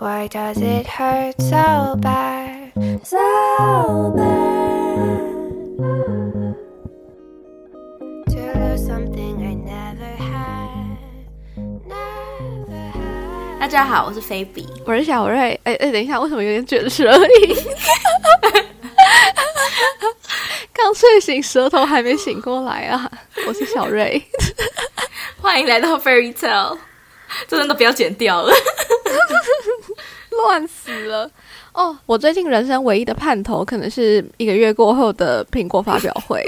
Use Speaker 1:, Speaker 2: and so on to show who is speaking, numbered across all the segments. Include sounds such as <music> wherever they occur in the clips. Speaker 1: Why does it hurt so bad? So bad. To lose something I never had. Never
Speaker 2: 大
Speaker 1: had.
Speaker 2: 家好，我是菲比。
Speaker 3: 我是小瑞，哎哎，等一下，为什么有点卷舌音？ <laughs> 刚睡醒，舌头还没醒过来啊！我是小
Speaker 2: <laughs>
Speaker 3: 瑞，
Speaker 2: 欢迎来到 Fairy Tale，这段都不要剪掉了。
Speaker 3: 乱死了。哦，我最近人生唯一的盼头，可能是一个月过后的苹果发表
Speaker 2: <laughs>
Speaker 3: 会，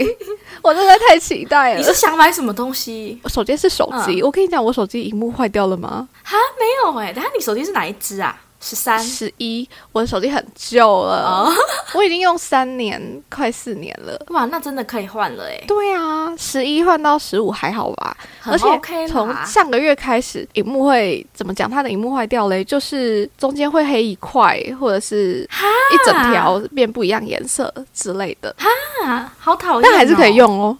Speaker 3: 我真的太期待
Speaker 2: <laughs> 你
Speaker 3: 了
Speaker 2: 是。嗯想买什么东西？
Speaker 3: 我手机是手机，我跟你讲，我手机荧幕坏掉了吗？
Speaker 2: 哈，没有哎、等下你手机是哪一只啊？十三
Speaker 3: 十一，我的手机很旧了，
Speaker 2: 哦，
Speaker 3: 我已经用三年，快四年了。
Speaker 2: 哇，那真的可以换了哎、
Speaker 3: 对啊，十一换到十五还好吧？
Speaker 2: 很
Speaker 3: 而且
Speaker 2: OK
Speaker 3: 从
Speaker 2: 啦。
Speaker 3: 上个月开始，荧幕会怎么讲？它的荧幕坏掉嘞，就是中间会黑一块，或者是一整条变不一样颜色之类的，
Speaker 2: 啊，好讨厌、
Speaker 3: 但还是可以。用哦。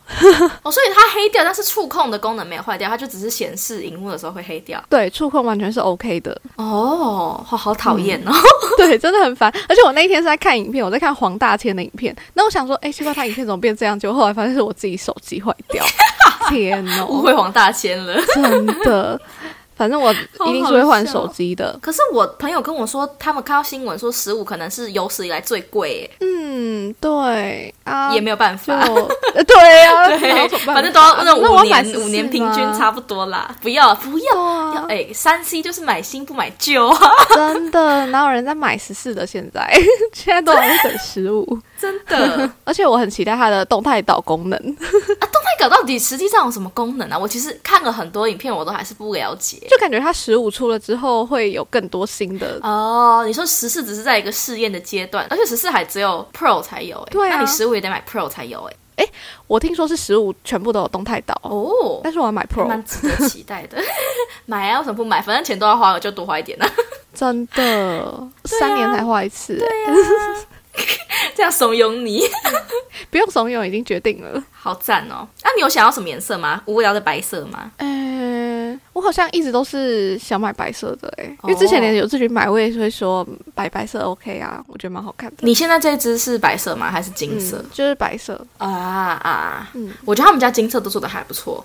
Speaker 2: 哦，所以它黑掉，但是触控的功能没有坏掉，它就只是显示荧幕的时候会黑掉。
Speaker 3: 对，触控完全是 OK
Speaker 2: <laughs>
Speaker 3: 的。
Speaker 2: 哦，好好讨厌哦。
Speaker 3: 对，真的很烦。而且我那一天是在看影片，我在看黄大千的影片，那我想说，哎、奇怪，他影片怎么变这样？结果后来发现是我自己手机坏
Speaker 2: <laughs>
Speaker 3: 掉。天
Speaker 2: 误
Speaker 3: 哦，
Speaker 2: 会黄大千了。
Speaker 3: 真的。反正我一定是会换手机的。
Speaker 2: <laughs> 可是我朋友跟我说，他们看到新闻说十五可能是有史以来最贵、
Speaker 3: 嗯，对啊，
Speaker 2: 欸，也没有办
Speaker 3: 就
Speaker 2: 法。
Speaker 3: 呃对
Speaker 2: <laughs>
Speaker 3: 呀、啊，然后
Speaker 2: 对
Speaker 3: 怎么，办
Speaker 2: 反正都要那
Speaker 3: 那我
Speaker 2: 五
Speaker 3: 要买
Speaker 2: 年
Speaker 3: 14
Speaker 2: 五年平均
Speaker 3: 吗
Speaker 2: 差不多啦。不要不要，
Speaker 3: 对
Speaker 2: 要
Speaker 3: 啊，
Speaker 2: 哎，三 C 就是买新不买
Speaker 3: <laughs>
Speaker 2: 旧啊，
Speaker 3: 真的哪有人在买十四的？现在 <laughs> 现在都还在等十五，
Speaker 2: 真 <laughs> 的。
Speaker 3: 而且我很期待它的动态导功能，
Speaker 2: 那个到底实际上有什么功能啊？我其实看了很多影片，我都还是不了解。
Speaker 3: 就感觉它十五出了之后会有更多新的。
Speaker 2: 哦，你说十四只是在一个试验的阶段，而且十四还只有 Pro 才有哎、
Speaker 3: 对啊
Speaker 2: 那你十五也得买 Pro 才有哎、
Speaker 3: 我听说是十五全部都有动态导，
Speaker 2: 哦，
Speaker 3: 但是我要买 Pro，
Speaker 2: 蛮值得期待的。 <laughs> 买啊，为什么不买？反正钱都要花了，就多花一点啊。 <laughs>
Speaker 3: 真的
Speaker 2: 啊
Speaker 3: 三年才花一次、欸，
Speaker 2: 这样怂恿你， <laughs>
Speaker 3: 欸不用怂恿，已经决定了。
Speaker 2: 好赞哦！那、你有想要什么颜色吗？无聊的白色吗？
Speaker 3: 嗯、我好像一直都是想买白色的哎、因为
Speaker 2: 哦
Speaker 3: 之前连有自己买，我也是会说白白色 OK 啊，我觉得蛮好看的。
Speaker 2: 你现在这只是白色吗？还是金色？
Speaker 3: 嗯、就是白色，
Speaker 2: 啊啊！
Speaker 3: 嗯
Speaker 2: 我觉得他们家金色都做的还不错。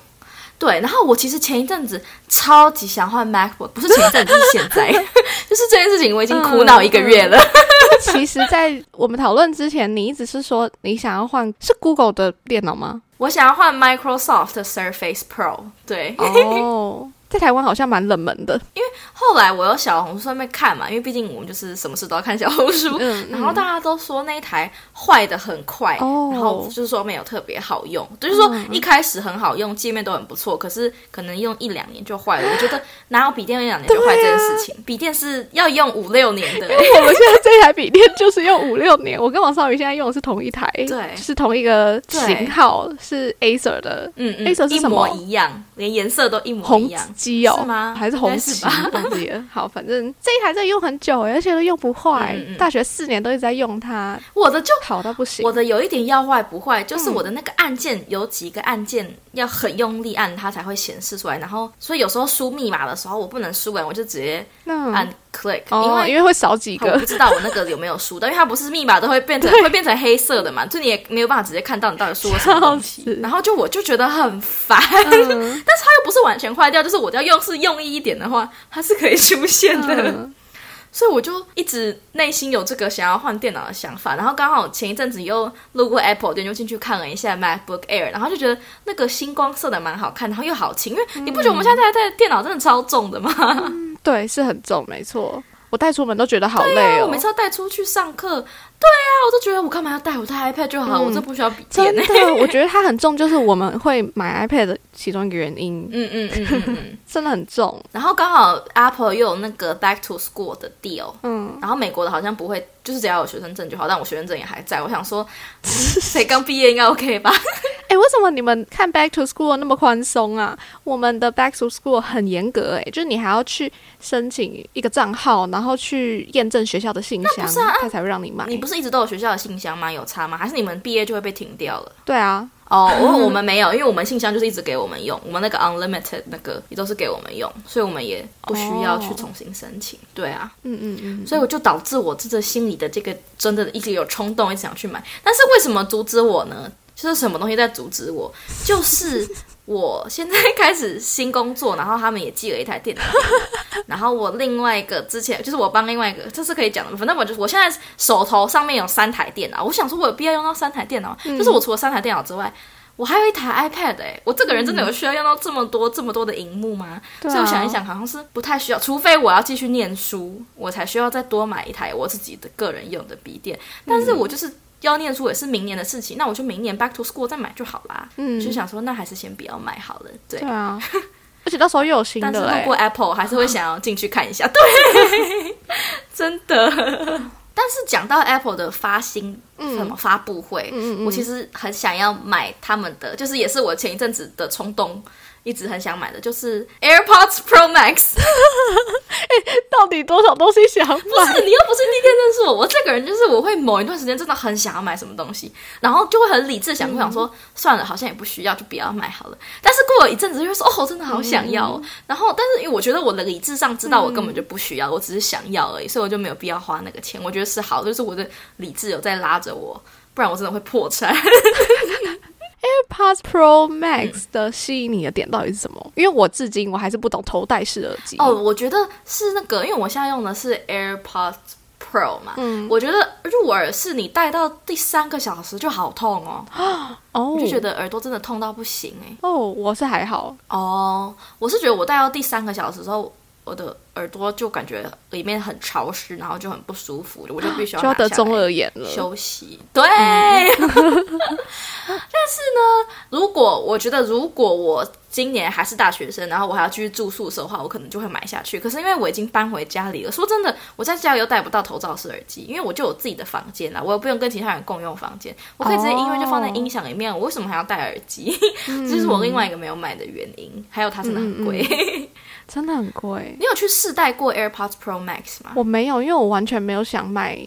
Speaker 2: 对，然后我其实前一阵子超级想换 MacBook，不是前一阵子，是现 <laughs> 在，就是这件事情我已经苦恼一个月了。
Speaker 3: 其实，在我们讨论之前，你一直是说你想要换是 Google 的电脑吗？
Speaker 2: 我想要换 Microsoft 的 Surface Pro，对。
Speaker 3: 哦， <laughs> 在台湾好像蛮冷门的。
Speaker 2: 后来我有小红书上面看嘛，因为毕竟我们就是什么事都要看小红书，
Speaker 3: 嗯
Speaker 2: 然后大家都说那一台坏的很快，
Speaker 3: 哦嗯
Speaker 2: 然后就是说没有特别好用，就是说一开始很好用，界面都很不错，可是可能用一两年就坏了。我觉得哪有笔电用一两年就坏这件事
Speaker 3: 啊
Speaker 2: 情？笔电是要用五六年的、
Speaker 3: <laughs> 我们现在这台笔电就是用五六年，我跟王少宇现在用的是同一台，
Speaker 2: 对
Speaker 3: 就是同一个型号，是 Acer 的
Speaker 2: 嗯嗯，
Speaker 3: Acer 是
Speaker 2: 一
Speaker 3: 什
Speaker 2: 模
Speaker 3: 么
Speaker 2: 一样，连颜色都一模
Speaker 3: 红
Speaker 2: 一样。
Speaker 3: 机哦，
Speaker 2: 是吗
Speaker 3: 还是红旗？
Speaker 2: 啊应该是
Speaker 3: 忘记了。好，反正这一台真的用很久哎，而且都用不坏，欸
Speaker 2: 嗯嗯嗯
Speaker 3: 大学四年都一直在用它，
Speaker 2: 我的就
Speaker 3: 好到不 <laughs> 行。嗯
Speaker 2: 我的有一点要坏不坏，就是我的那个按键有几个按键要很用力按，它才会显示出来。然后，所以有时候输密码的时候，我不能输完，我就直接
Speaker 3: 那
Speaker 2: 按 click，、
Speaker 3: 嗯哦，因
Speaker 2: 啊因为。
Speaker 3: 为会少几
Speaker 2: 我
Speaker 3: 个
Speaker 2: 不，知道我那个有没有输，但因为它不是密码都会变成会变成黑色的嘛，就你也没有办法直接看到你到底输了什么东西。
Speaker 3: 笑死
Speaker 2: 然后就我就觉得很烦，
Speaker 3: 嗯
Speaker 2: <laughs> 但是它又不是完全坏掉，就是我要用是用力一点的话，它是可以出现的。
Speaker 3: 嗯
Speaker 2: <laughs> 所以我就一直内心有这个想要换电脑的想法，然后刚好前一阵子又路过 Apple 店，就进去看了一下 MacBook Air，然后就觉得那个星光色的蛮好看，然后又好轻，因为你不觉得我们现
Speaker 3: 嗯
Speaker 2: 在在电脑真的超重的吗？
Speaker 3: 对，是很重，没错。我带出门都觉得好累
Speaker 2: 对啊，我
Speaker 3: 哦
Speaker 2: 每，次要带出去上课，对啊，我都觉得我干嘛要带我带 iPad 就好，
Speaker 3: 嗯
Speaker 2: 我这不需要笔电欸
Speaker 3: 真
Speaker 2: 呢、
Speaker 3: 的，我觉得它很重，就是我们会买 iPad 的其中一个原因，
Speaker 2: 嗯嗯嗯嗯嗯，
Speaker 3: 真的很重。
Speaker 2: 然后刚好 Apple 又有那个 Back to School 的 deal，
Speaker 3: 嗯，
Speaker 2: 然后美国的好像不会，就是只要有学生证就好，但我学生证也还在，我想说，嗯
Speaker 3: <laughs>
Speaker 2: 谁刚毕业应该 OK 吧？
Speaker 3: 哎、为什么你们看 Back to School 那么宽松啊？我们的 Back to School 很严格、哎，就是你还要去申请一个账号，然后去验证学校的信箱，
Speaker 2: 是啊
Speaker 3: 他才会让你买。 <laughs>
Speaker 2: 你不是一直都有学校的信箱吗？有差吗？还是你们毕业就会被停掉了？
Speaker 3: 对啊，
Speaker 2: 哦，我我们没有，因为我们信箱就是一直给我们用，我们那个 unlimited 那个也都是给我们用，所以我们也不需要去重新申请。对啊，
Speaker 3: 嗯嗯嗯，
Speaker 2: 所以我就导致我这个心里的这个真的一直有冲动，一直想去买。但是为什么阻止我呢？就是什么东西在阻止我？就是我现在开始新工作，然后他们也寄了一台电脑给我，然后我另外一个之前 <laughs> 就是我帮另外一个，这是可以讲的吗，反正我就我现在手头上面有三台电脑，我想说我有必要用到三台电脑吗，
Speaker 3: 嗯
Speaker 2: 就是我除了三台电脑之外。我还有一台 iPad 哎、我这个人真的有需要用到这么多、这么多的荧幕吗？
Speaker 3: 嗯对啊
Speaker 2: 所以我想一想，好像是不太需要，除非我要继续念书，我才需要再多买一台我自己的个人用的笔电。但
Speaker 3: 嗯
Speaker 2: 是我就是要念书也是明年的事情，那我就明年 back to school 再买就好啦。
Speaker 3: 嗯
Speaker 2: 就想说那还是先不要买好了。对，<laughs>
Speaker 3: 对啊，而且到时候又有新
Speaker 2: 但是
Speaker 3: 的哎、
Speaker 2: 路过 Apple 还是会想要进去看一下。 <laughs> 对，真
Speaker 3: <laughs>
Speaker 2: 的。但是讲到 Apple 的发新什么发布会，
Speaker 3: 嗯嗯
Speaker 2: 我其实很想要买他们的，就是也是我前一阵子的冲动，一直很想买的，就是 AirPods Pro Max。
Speaker 3: 到底多少东西想
Speaker 2: 不
Speaker 3: 买？
Speaker 2: 是，你又不是第一天认识我。我这个人就是我会某一段时间真的很想要买什么东西，然后就会很理智地想，我想说、算了，好像也不需要，就不要买好了。但是过了一阵子，就会说哦，真的好想要、哦。然后，但是因为我觉得我的理智上知道我根本就不需要，我只是想要而已，所以我就没有必要花那个钱。我觉得是好，就是我的理智有在拉着我，不然我真的会破 <laughs> 产。嗯
Speaker 3: AirPods Pro Max 的吸引你的点到底是什么？因为我至今我还是不懂头戴式耳机。
Speaker 2: 哦，，我觉得是那个，因为我现在用的是 AirPods Pro 嘛，
Speaker 3: 嗯
Speaker 2: 我觉得入耳式你戴到第三个小时就好痛哦。
Speaker 3: 哦，
Speaker 2: 我就觉得耳朵真的痛到不行哎、
Speaker 3: 哦，我是还好，
Speaker 2: 哦，我是觉得我戴到第三个小时之后，我的耳朵就感觉里面很潮湿，然后就很不舒服，我就必须
Speaker 3: 就
Speaker 2: 要
Speaker 3: 要
Speaker 2: 拿
Speaker 3: 得
Speaker 2: 下
Speaker 3: 中
Speaker 2: 来
Speaker 3: 耳炎了。
Speaker 2: 休息。对， <laughs> 但是呢，如果我觉得如果我今年还是大学生，然后我还要继续住宿舍的话，我可能就会买下去。可是因为我已经搬回家里了，说真的，我在家里又戴不到头罩式耳机，因为我就有自己的房间啦，我又不用跟其他人共用房间，我可以直接音乐就放在音响里面，我为什么还要戴耳机？ <laughs> 这是我另外一个没有买的原因，还有它真的很贵。
Speaker 3: 真的很贵。
Speaker 2: 你有去试戴过 AirPods Pro Max 吗？
Speaker 3: 我没有，因为我完全没有想买，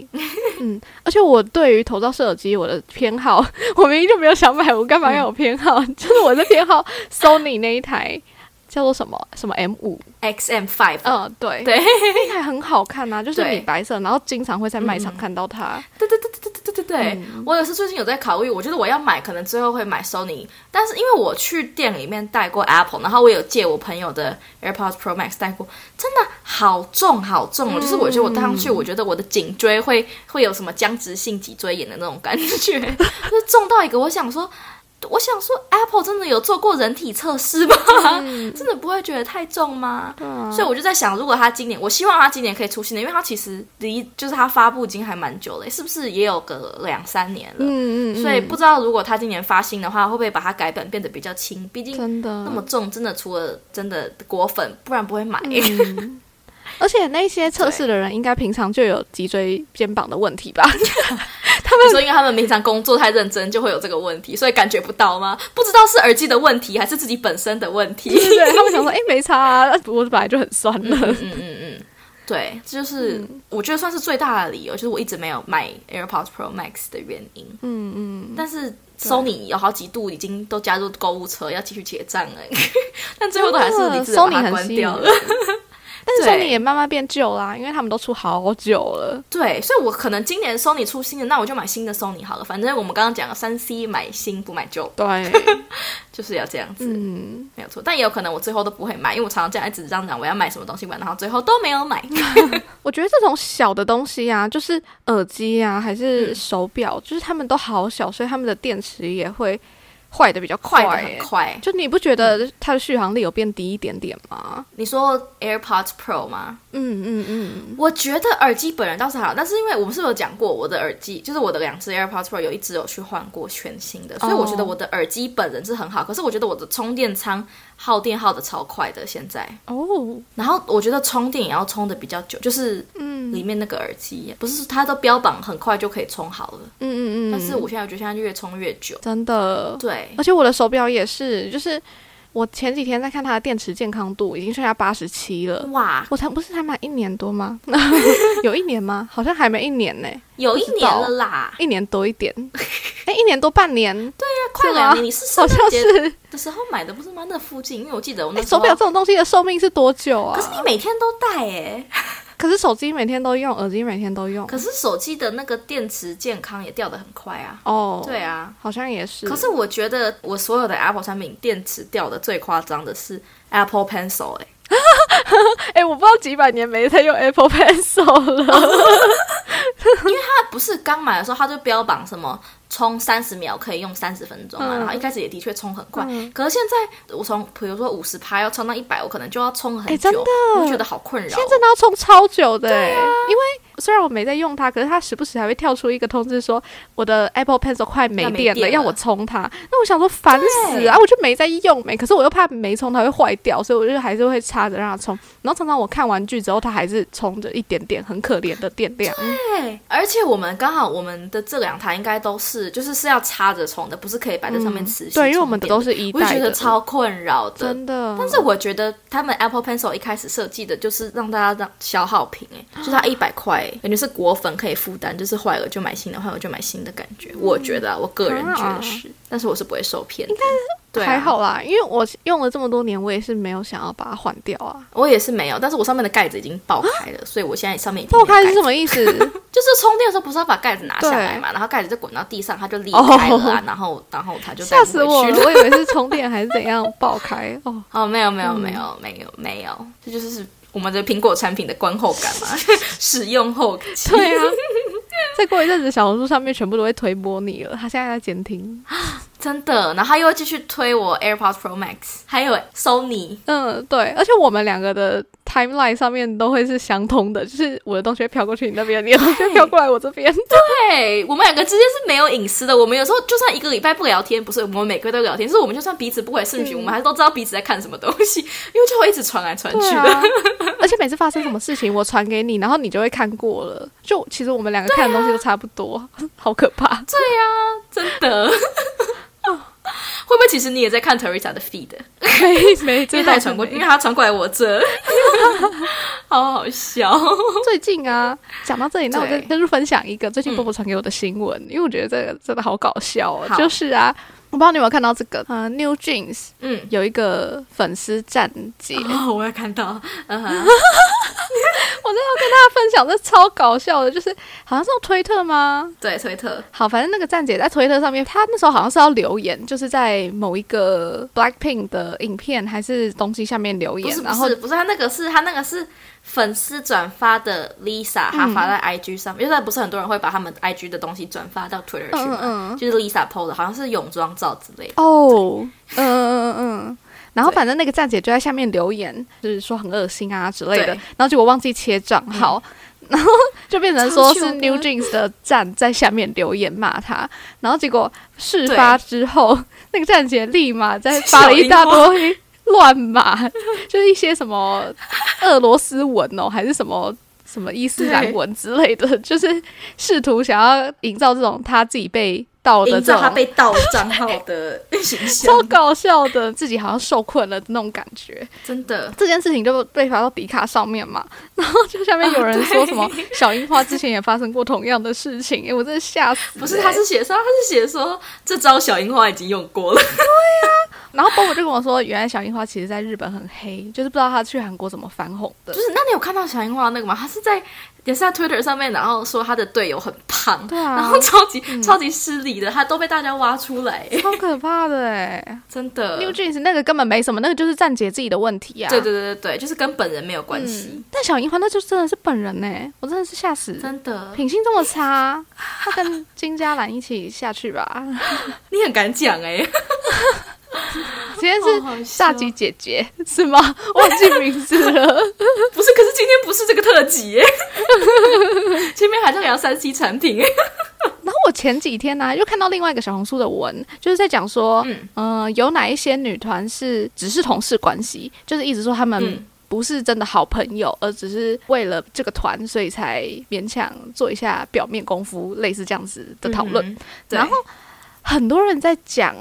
Speaker 3: 嗯，而且我对于头罩式耳机我的偏好， <laughs> 我明明就没有想买，我干
Speaker 2: 嗯
Speaker 3: 嘛要有偏好？ <laughs> 就是我的偏好，Sony 那一台叫做什么什么 M 五，
Speaker 2: XM Five，啊
Speaker 3: 嗯，对
Speaker 2: 哦对，
Speaker 3: 那台很好看啊，就是
Speaker 2: 对嗯
Speaker 3: 米白色，然后经常会在卖场看到它。
Speaker 2: 对对对对对对对对，我也是最近有在考虑，我觉得我要买，可能最后会买 Sony，但是因为我去店里面带过 Apple，然后我有借我朋友的 AirPods Pro Max 带过，真的好重好重哦！就是我觉得我戴上去，我觉得我的颈椎会会有什么僵直性脊椎炎的那种感觉， <laughs> 就是重到一个我想说。我想说，Apple 真的有做过人体测试吗？ <laughs> 真的不会觉得太重吗？所以我就在想，如果他今年，我希望他今年可以出新的，因为他其实离就是他发布已经还蛮久了，是不是也有个两三年了？
Speaker 3: 嗯嗯，
Speaker 2: 所以不知道如果他今年发新的话，会不会把它改版变得比较轻？毕竟
Speaker 3: 真的
Speaker 2: 那么重，真的除了真的果粉，不然不会买。
Speaker 3: 嗯而且那些测试的人应该平常就有脊椎肩膀的问题吧？ <laughs> 他们
Speaker 2: 你说因为 <laughs> 他们平常工作太认真，就会有这个问题，所以感觉不到吗？不知道是耳机的问题，还是自己本身的问题？
Speaker 3: 对对对，他们想说，哎、没差、啊，我本来就很酸了。
Speaker 2: 嗯嗯嗯，对，这就是、
Speaker 3: 嗯
Speaker 2: 我觉得算是最大的理由，就是我一直没有买 AirPods Pro Max 的原因。嗯嗯，但是 Sony 有好几度已经都加入购物车，要继续结账
Speaker 3: <laughs>
Speaker 2: 了，但最后都还是理智地把
Speaker 3: Sony
Speaker 2: 它
Speaker 3: 很
Speaker 2: 关
Speaker 3: 吸
Speaker 2: 掉
Speaker 3: 引
Speaker 2: 了。
Speaker 3: 但是
Speaker 2: 对
Speaker 3: Sony 也慢慢变旧啦，因为他们都出好久了。
Speaker 2: 对，所以我可能今年 Sony 出新的，那我就买新的 Sony 好了。反正我们刚刚讲了三 C 买新不买旧，
Speaker 3: 对，
Speaker 2: 就是要这样子，
Speaker 3: 嗯，
Speaker 2: 没有错。但也有可能我最后都不会买，因为我常常这样一直这样讲我要买什么东西玩，然后最后都没有买。
Speaker 3: <laughs> 我觉得这种小的东西啊，就是耳机啊，还是手表，就是他们都好小，所以他们的电池也会坏的比较快、
Speaker 2: 快
Speaker 3: 欸。
Speaker 2: 的很快。
Speaker 3: 就你不觉得它的续航力有变低一点点吗？
Speaker 2: 你说 AirPods Pro 吗？
Speaker 3: 嗯嗯嗯，
Speaker 2: 我觉得耳机本人倒是还好，但是因为我们是不是有讲过，我的耳机就是我的两只 AirPods Pro 有一只有去换过全新的，所以我觉得我的耳机本人是很好。可是我觉得我的充电仓耗电耗的超快的现在，
Speaker 3: 哦，
Speaker 2: 然后我觉得充电也要充的比较久，就是
Speaker 3: 嗯
Speaker 2: 里面那个耳机不是它都标榜很快就可以充好了，
Speaker 3: 嗯嗯嗯，
Speaker 2: 但是我现在觉得现在越充越久。
Speaker 3: 真的，
Speaker 2: 对，
Speaker 3: 而且我的手表也是，就是我前几天在看它的电池健康度，已经剩下八十七了。
Speaker 2: 哇，
Speaker 3: 我才不是才满一年多吗？ <laughs> 有一年吗？好像还没一年呢、
Speaker 2: 有一
Speaker 3: 不知
Speaker 2: 年
Speaker 3: 道
Speaker 2: 了啦，
Speaker 3: 一年多一
Speaker 2: <laughs>
Speaker 3: 点。哎、一年多半年，
Speaker 2: 那快
Speaker 3: 是吗
Speaker 2: 两啊年，你是圣
Speaker 3: <laughs> 好像
Speaker 2: 诞节
Speaker 3: 是。
Speaker 2: 的时候买的不是吗？那附近，因为我记得我
Speaker 3: 哎、
Speaker 2: 那时
Speaker 3: 手
Speaker 2: 候，
Speaker 3: 表这种东西的寿命是多久啊
Speaker 2: 可？是你每天都戴哎、
Speaker 3: 可是手机每天都用，耳机每天都用。
Speaker 2: 可是手机的那个电池健康也掉得很快啊。
Speaker 3: 哦，
Speaker 2: 对，啊，
Speaker 3: 好像也是。
Speaker 2: 可是我觉得我所有的 Apple 产品电池掉的最夸张的是 Apple Pencil 哎、
Speaker 3: 哎、我不知道几百年没在用 Apple Pencil 了。
Speaker 2: 不是刚买的时候，它就标榜什么充三十秒可以用三十分钟嘛，
Speaker 3: 嗯
Speaker 2: 然后一开始也的确充很快，
Speaker 3: 嗯
Speaker 2: 可是现在我从比如说五十趴要充到一百，我可能就要充很
Speaker 3: 哎
Speaker 2: 久，
Speaker 3: 真的
Speaker 2: 我就觉得好困扰
Speaker 3: 现。在真的要充超久的、欸，
Speaker 2: 啊
Speaker 3: 因为虽然我没在用它，可是它时不时还会跳出一个通知说我的 Apple Pencil 快没
Speaker 2: 要没
Speaker 3: 电了，
Speaker 2: 电
Speaker 3: 要
Speaker 2: 了
Speaker 3: 我充它。那我想说烦死
Speaker 2: 对
Speaker 3: 啊，我就没在用没，可是我又怕没充它会坏掉，所以我就还是会插着让它充。然后常常我看完剧之后，它还是充着一点点，很可怜的电
Speaker 2: <laughs>
Speaker 3: 量。
Speaker 2: 对，而且我们刚好我们的这两台应该都是就是是要插着充的，不是可以摆在上面持续、
Speaker 3: 嗯对，因为我们的都。是一
Speaker 2: 我就
Speaker 3: 代
Speaker 2: 觉
Speaker 3: 的，
Speaker 2: 得超困扰的，
Speaker 3: 真的。
Speaker 2: 但是我觉得他们 Apple Pencil 一开始设计的就是让大家让消耗品、欸，就是它一百块，欸感觉是果粉可以负担，就是坏了就买新的，坏了就买新的感觉。我觉得、啊，我个人觉得是，但是我是不会受骗的。对、啊
Speaker 3: 还，好啦，因为我用了这么多年，我也是没有想要把它换掉啊。
Speaker 2: 我也是没有，但是我上面的盖子已经爆开了，所以我现在上面已经
Speaker 3: 爆开是什
Speaker 2: 么？
Speaker 3: 么意思？
Speaker 2: 就是充电的时候不是要把盖子拿下来嘛，然后盖子就滚到地上，它就裂
Speaker 3: 哦
Speaker 2: 开了啊、然后然后它就带
Speaker 3: 吓
Speaker 2: 不
Speaker 3: 死我
Speaker 2: 回去
Speaker 3: 了！我以为是充电还是怎
Speaker 2: <laughs>
Speaker 3: 样爆开哦。
Speaker 2: 哦，没有没有没有没有没有，这就是我们的苹果产品的观后感嘛， <laughs> 使用后期。
Speaker 3: 对啊，再过一阵子，小红书上面全部都会推播你了。他现在在监听，
Speaker 2: 真的，然后他又继续推我 AirPods Pro Max，还有 Sony。
Speaker 3: 嗯，对，而且我们两个的 timeline 上面都会是相通的，就是我的东西会飘过去你那边，你的东西会飘过来我这边。
Speaker 2: 对我们两个之间是没有隐私的，我们有时候就算一个礼拜不聊天，不是我们每个月都聊天，就是我们就算彼此不回顺序，我们还是都知道彼此在看什么东西，因为就会一直传来传去
Speaker 3: 对
Speaker 2: 的。
Speaker 3: 啊， <laughs> 而且每次发生什么事情，我传给你，然后你就会看过了。就其实我们两个看的东西都差不多， <laughs> 好可怕。
Speaker 2: 啊真的。 <laughs> 会不会其实你也在看 Teresa 的 feed？
Speaker 3: 没没，
Speaker 2: 因
Speaker 3: 这
Speaker 2: 为他
Speaker 3: 倒
Speaker 2: 也
Speaker 3: 是
Speaker 2: 传过，因
Speaker 3: 没
Speaker 2: 为他传过来我 <laughs> 这，好好笑。 <laughs>
Speaker 3: 最近啊，讲到这里，那我再
Speaker 2: 对嗯
Speaker 3: 跟入分享一个最近波波传给我的新闻，因为我觉得这个真的好搞笑哦
Speaker 2: 好。
Speaker 3: 就是啊，我不知道你有没有看到这个，呃，New Jeans
Speaker 2: 嗯，
Speaker 3: 有一个粉丝站姐，我真的
Speaker 2: 哦，我也看到，嗯 <laughs> 哼，
Speaker 3: 要跟大家分享，这超搞笑的，就是好像是用推特吗？
Speaker 2: 对，推特，
Speaker 3: 好，反正那个站姐在推特上面，她那时候好像是要留言，就是在某一个 Blackpink 的影片还是东西下面留
Speaker 2: 不
Speaker 3: 言
Speaker 2: 是，不嗯
Speaker 3: 然后
Speaker 2: 是不是，他那个是他那个是粉丝转发的 Lisa，他发在 IG 上面，因为不是很多人会把他们 IG 的东西转发到 Twitter 去
Speaker 3: 嗯
Speaker 2: 嘛，
Speaker 3: 嗯
Speaker 2: 就是 Lisa PO 的，好像是泳装照之类的。
Speaker 3: 哦，嗯嗯嗯嗯。然后
Speaker 2: 对
Speaker 3: 反正那个站姐就在下面留言，就是说很恶心啊之类的
Speaker 2: 对，嗯
Speaker 3: 然后结果忘记切账号， <laughs> 然后就变成说是
Speaker 2: 超糗的
Speaker 3: New Jeans 的站在下面留言骂他，然后结果事发
Speaker 2: <laughs>
Speaker 3: 之后，那个站姐立马在发了一大堆乱码， <laughs> 就是一些什么俄罗斯文哦，还是什么。什么伊斯兰文之类的，就是试图想要营造这种他自己被盗的
Speaker 2: 营
Speaker 3: 这
Speaker 2: 造
Speaker 3: 种
Speaker 2: 他被盗账号的形 <laughs> 象
Speaker 3: 超，搞笑的， <laughs> 自己好像受困了那种感觉。
Speaker 2: 真的。
Speaker 3: 这件事情就被发到迪卡上面嘛， <laughs> 然后就下面有人说什么、
Speaker 2: <laughs> 对
Speaker 3: 小樱花之前也发生过同样的事情，哎，我真的吓死、
Speaker 2: 不是，
Speaker 3: 欸
Speaker 2: 他是，写说，他是写说这招小樱花已经用过 <laughs> 了。
Speaker 3: 然后波波就跟我说，原来小樱花其实在日本很黑，就是不知道他去韩国怎么翻红的
Speaker 2: 就。是，那你有看到小樱花那个吗？他是在也是在 Twitter 上面，然后说他的队友很胖，
Speaker 3: 对啊
Speaker 2: 然后超级、超级失礼的，他都被大家挖出来，
Speaker 3: 超可怕的哎、
Speaker 2: 真的。
Speaker 3: New Jeans 那个根本没什么，那个就是站姐自己的问题
Speaker 2: 呃
Speaker 3: 啊。嗯
Speaker 2: 对对对对对，就是跟本人没有关系，
Speaker 3: 但小樱花那就真的是本人呢、我真的是吓死。
Speaker 2: 真的。
Speaker 3: 品性这么差，他跟金嘉兰一起下去吧。
Speaker 2: 你很敢讲哎、
Speaker 3: 今天
Speaker 2: 好哦好
Speaker 3: 是
Speaker 2: 笑
Speaker 3: 夏吉姐姐是
Speaker 2: <laughs>
Speaker 3: 吗？忘记名字了。
Speaker 2: 不是，可是今天不是这个特辑
Speaker 3: <laughs>
Speaker 2: 耶、前面还在聊三 C 产品哎、
Speaker 3: 然后我前几天呢、又看到另外一个小红书的文，就是在讲说，
Speaker 2: 嗯
Speaker 3: 嗯、有哪一些女团是只是同事关系，就是一直说她们
Speaker 2: 嗯
Speaker 3: 不是真的好朋友，而只是为了这个团，所以才勉强做一下表面功夫，类似这样子的讨论。
Speaker 2: 嗯哼，对
Speaker 3: 然后很多人在讲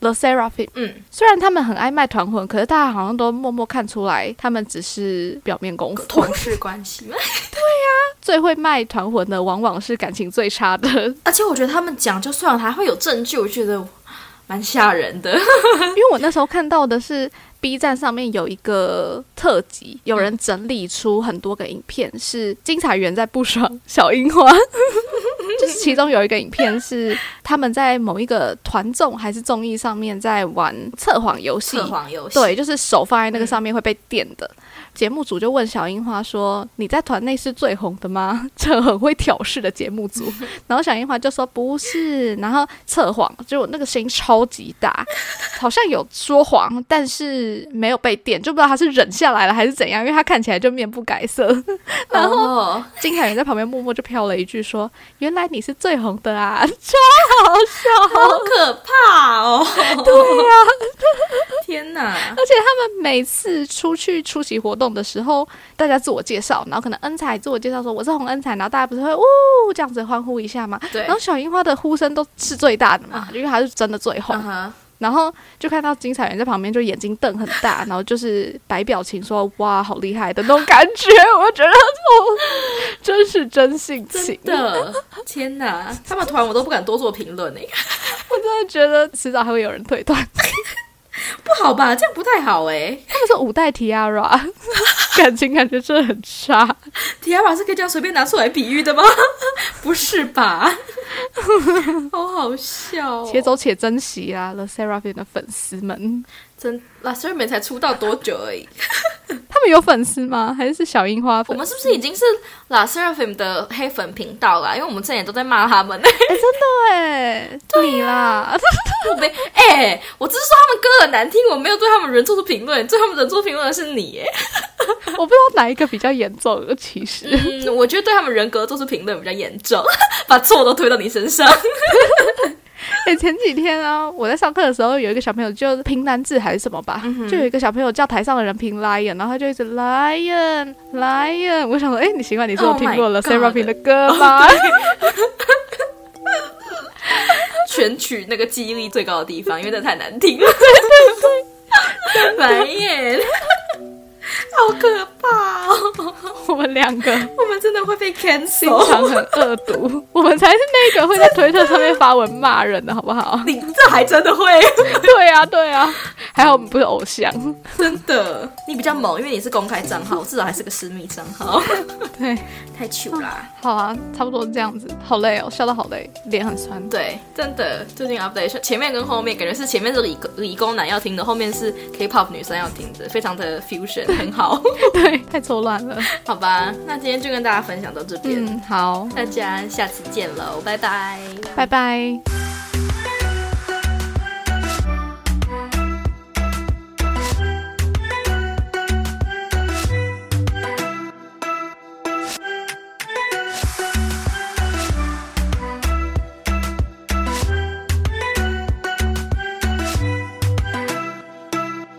Speaker 3: The Seraphim，
Speaker 2: 嗯，
Speaker 3: 虽然他们很爱卖团魂，可是大家好像都默默看出来，他们只是表面功夫。
Speaker 2: 同事关系嘛。
Speaker 3: 最会卖团魂的，往往是感情最差的
Speaker 2: 而且我觉得他们讲就算了，还会有证据，我觉得蛮吓人的。
Speaker 3: 因为我那时候看到的是 B 站上面有一个特辑，有人整理出很多个影片，是金彩媛在不爽小樱 <laughs> 花，就是其中有一个影片是他们在某一个团综还是综艺上面在玩测谎游戏
Speaker 2: 测，谎游戏，
Speaker 3: 对，，就是手放在那个上面会被电的。节目组就问小樱花说：“你在团内是最红的吗？” <laughs> 这很会挑事的节目组。然后小樱花就说：“不是。”然后测谎，就那个声音超级大，好像有说谎，但是没有被电，就不知道他是忍下来了还是怎样，因为他看起来就面不改色。
Speaker 2: 然后、
Speaker 3: 金凯源在旁边默默就飘了一句说：“原来你是最红的啊！” <laughs>
Speaker 2: 好可怕哦！对呀、天哪！
Speaker 3: 而且他们每次出去出席活动的时候，大家自我介绍，然后可能恩彩自我介绍说我是红恩彩，然后大家不是会呜这样子欢呼一下嘛？
Speaker 2: 对啊
Speaker 3: 然，后小樱花的呼声都是最大的嘛，因为她是真的最红。
Speaker 2: 嗯哼，
Speaker 3: 然后就看到金彩媛在旁边就眼睛瞪很大，然后就是摆表情说哇好厉害的那种感觉，我觉得哦，真是真性情
Speaker 2: 真。的，天哪！他们团我都不敢多做评论诶，
Speaker 3: 我真的觉得迟早还会有人退团。
Speaker 2: 不好吧？这样不太好诶。
Speaker 3: 他们说五代 Tiara 感情感觉真的很差。
Speaker 2: Tiara 是可以啊这样随便拿出来比喻的吗？ <laughs> 不是吧？好好笑、哦！
Speaker 3: 且走且珍惜啊，The Seraphim 的粉丝们，
Speaker 2: 真拉斯瑞美才出道多久而已，
Speaker 3: 他们有粉丝吗？还是小樱花
Speaker 2: 我
Speaker 3: 粉？
Speaker 2: 们是不是已经是 La Seraphim 的黑粉频道啦？因为我们之前也都在骂他们 <laughs> 呢、
Speaker 3: 对，你啦，
Speaker 2: 啊我没哎、我只是说他们歌很难听，我没有对他们人做出评论，对他们人做评论的是你、哎，
Speaker 3: <laughs> 我不知道哪一个比较严重，其实。
Speaker 2: 嗯，我觉得对他们人格做出评论比较严重， <laughs> 把错都推到你身上。
Speaker 3: 哎、前几天啊，我在上课的时候，有一个小朋友就评单字还是什么吧，
Speaker 2: 嗯
Speaker 3: 就有一个小朋友叫台上的人评 lion，然后他就一直 lion lion，我想说，哎、你奇怪，你是有
Speaker 2: Oh my
Speaker 3: 听过了
Speaker 2: God 哦
Speaker 3: Seraphim 的歌吗？
Speaker 2: 全曲那个记忆力最高的地方，因为那太难听了。 <laughs> 白眼，好可怕哦！
Speaker 3: <laughs> 我们两个
Speaker 2: 我们真的会被
Speaker 3: 经
Speaker 2: cancel。
Speaker 3: 常很恶毒，我们才是那个会在推特上面发文骂人的，好不好？
Speaker 2: 你这还真的会，
Speaker 3: <laughs> 对啊，对啊，还好我们不是偶像。
Speaker 2: 真的。你比较猛，因为你是公开账号，至少还是个私密账号，
Speaker 3: 对，
Speaker 2: 太糗啦。
Speaker 3: 好啊，差不多这样子。好累哦，笑到好累，脸很酸。
Speaker 2: 对，真的，最近 update 前面跟后面，感觉是前面是理工理工男要听的，后面是 K-pop 女生要听的，非常的 fusion，很好。
Speaker 3: <laughs> 对，太错乱了。嗯
Speaker 2: 好吧，那今天就跟大家分享到这边，
Speaker 3: 嗯，好，
Speaker 2: 大家下次见喽，拜拜。
Speaker 3: 拜拜。